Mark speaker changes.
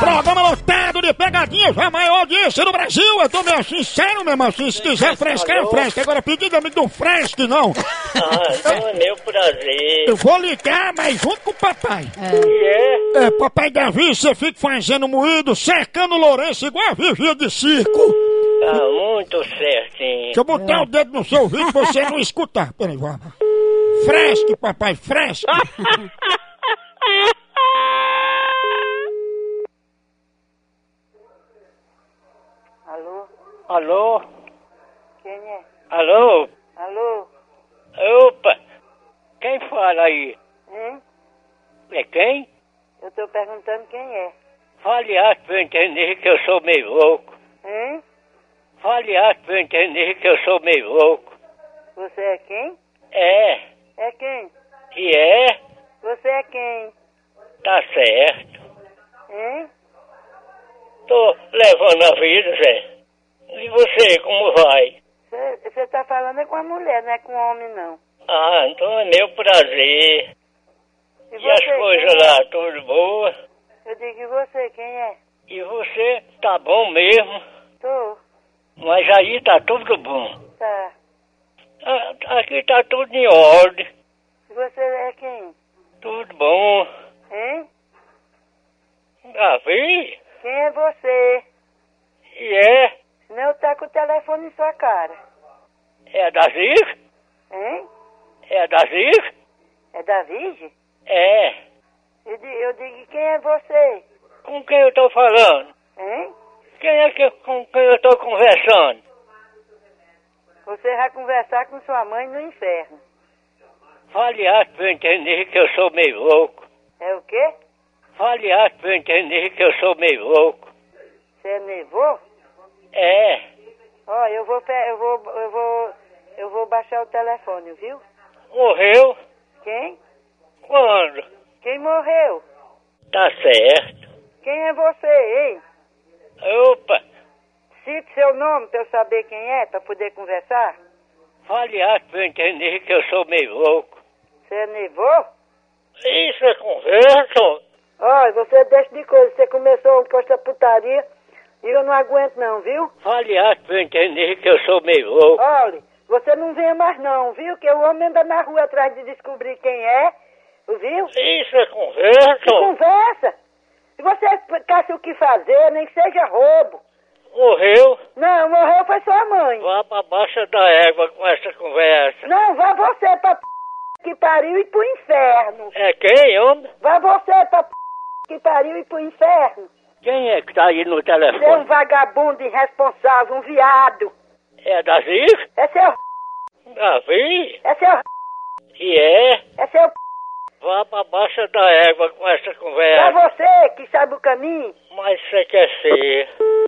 Speaker 1: Programa lotado de pegadinhas, a maior audiência do Brasil. Eu tô meio sincero, meu irmão. Se se quiser frescar, é
Speaker 2: Alô?
Speaker 1: fresca. Agora pedido-me do fresque, não.
Speaker 2: Ah, então é meu prazer.
Speaker 1: Eu vou ligar, mas junto com o papai.
Speaker 2: E é?
Speaker 1: É, papai Davi, você fica fazendo moído, cercando o Lourenço igual a vigia de circo.
Speaker 2: Tá muito certinho.
Speaker 1: Se eu botar o dedo no seu ouvido, você não escutar. Peraí, vamos. Fresque, papai, fresque.
Speaker 3: Alô?
Speaker 2: Alô?
Speaker 3: Quem é?
Speaker 2: Alô?
Speaker 3: Alô?
Speaker 2: Opa! Quem fala aí?
Speaker 3: Hein?
Speaker 2: É quem?
Speaker 3: Eu tô perguntando quem é.
Speaker 2: Fale alto pra eu entender que eu sou meio louco.
Speaker 3: Hein?
Speaker 2: Fale alto pra eu entender que eu sou meio louco.
Speaker 3: Você é quem?
Speaker 2: É,
Speaker 3: É quem?
Speaker 2: e é,
Speaker 3: Você é quem?
Speaker 2: tá certo.
Speaker 3: Hein?
Speaker 2: Tô levando a vida, Zé. E você, como vai?
Speaker 3: Você tá falando é com a mulher, não é com o homem, não.
Speaker 2: Ah, então é meu prazer.
Speaker 3: E,
Speaker 2: E as coisas
Speaker 3: quem é?
Speaker 2: lá, tudo boa?
Speaker 3: Eu digo, e você, quem é?
Speaker 2: E você tá bom mesmo,
Speaker 3: Tô.
Speaker 2: mas aí tá tudo bom.
Speaker 3: Tá.
Speaker 2: A- Aqui tá tudo em ordem,
Speaker 3: E você é quem?
Speaker 2: tudo bom.
Speaker 3: Hein?
Speaker 2: Davi,
Speaker 3: Quem é você?
Speaker 2: e é,
Speaker 3: Senão eu taco o telefone em sua cara.
Speaker 2: é Davi?
Speaker 3: Hein?
Speaker 2: É Davi?
Speaker 3: É da Virgem?
Speaker 2: É,
Speaker 3: Eu di- eu digo, e quem é você?
Speaker 2: com quem eu tô falando?
Speaker 3: Hein?
Speaker 2: Quem é que, com quem eu tô conversando?
Speaker 3: Você vai conversar com sua mãe no inferno.
Speaker 2: Fale alto pra eu entender que eu sou meio louco.
Speaker 3: É o quê?
Speaker 2: Fale alto pra eu entender que eu sou meio louco.
Speaker 3: Você é nevô?
Speaker 2: É,
Speaker 3: Ó, eu vou, pe- eu vou, eu vou, eu vou baixar o telefone, viu?
Speaker 2: morreu
Speaker 3: Quem?
Speaker 2: quando?
Speaker 3: Quem morreu?
Speaker 2: Tá certo.
Speaker 3: Quem é você, hein?
Speaker 2: Opa,
Speaker 3: Cite seu nome pra eu saber quem é, pra poder conversar.
Speaker 2: Fale alto pra eu entender que eu sou meio louco.
Speaker 3: Você é nevô?
Speaker 2: Isso é conversa?
Speaker 3: Ó, você deixa de coisa, você começou com essa putaria e eu não aguento não, viu?
Speaker 2: Fale alto pra eu entender que eu sou meio louco.
Speaker 3: Olha, você não venha mais não, viu? Que o homem anda na rua atrás de descobrir quem é, viu?
Speaker 2: Isso é
Speaker 3: Que
Speaker 2: conversa?
Speaker 3: conversa! Se você ficasse o que fazer, nem que seja roubo.
Speaker 2: Morreu?
Speaker 3: Não, morreu foi sua mãe.
Speaker 2: Vá pra baixa da égua com essa conversa.
Speaker 3: Não, vá você pra p... que pariu e pro inferno.
Speaker 2: É quem, homem?
Speaker 3: Vá você pra p... que pariu e pro inferno.
Speaker 2: Quem é que tá aí no
Speaker 3: Você é um
Speaker 2: telefone?
Speaker 3: vagabundo irresponsável, um viado.
Speaker 2: É Davi?
Speaker 3: É seu...
Speaker 2: Davi?
Speaker 3: É seu...
Speaker 2: E é?
Speaker 3: É seu...
Speaker 2: Vá pra baixa da égua com essa
Speaker 3: É
Speaker 2: conversa.
Speaker 3: você que sabe o caminho.
Speaker 2: Mas você quer ser.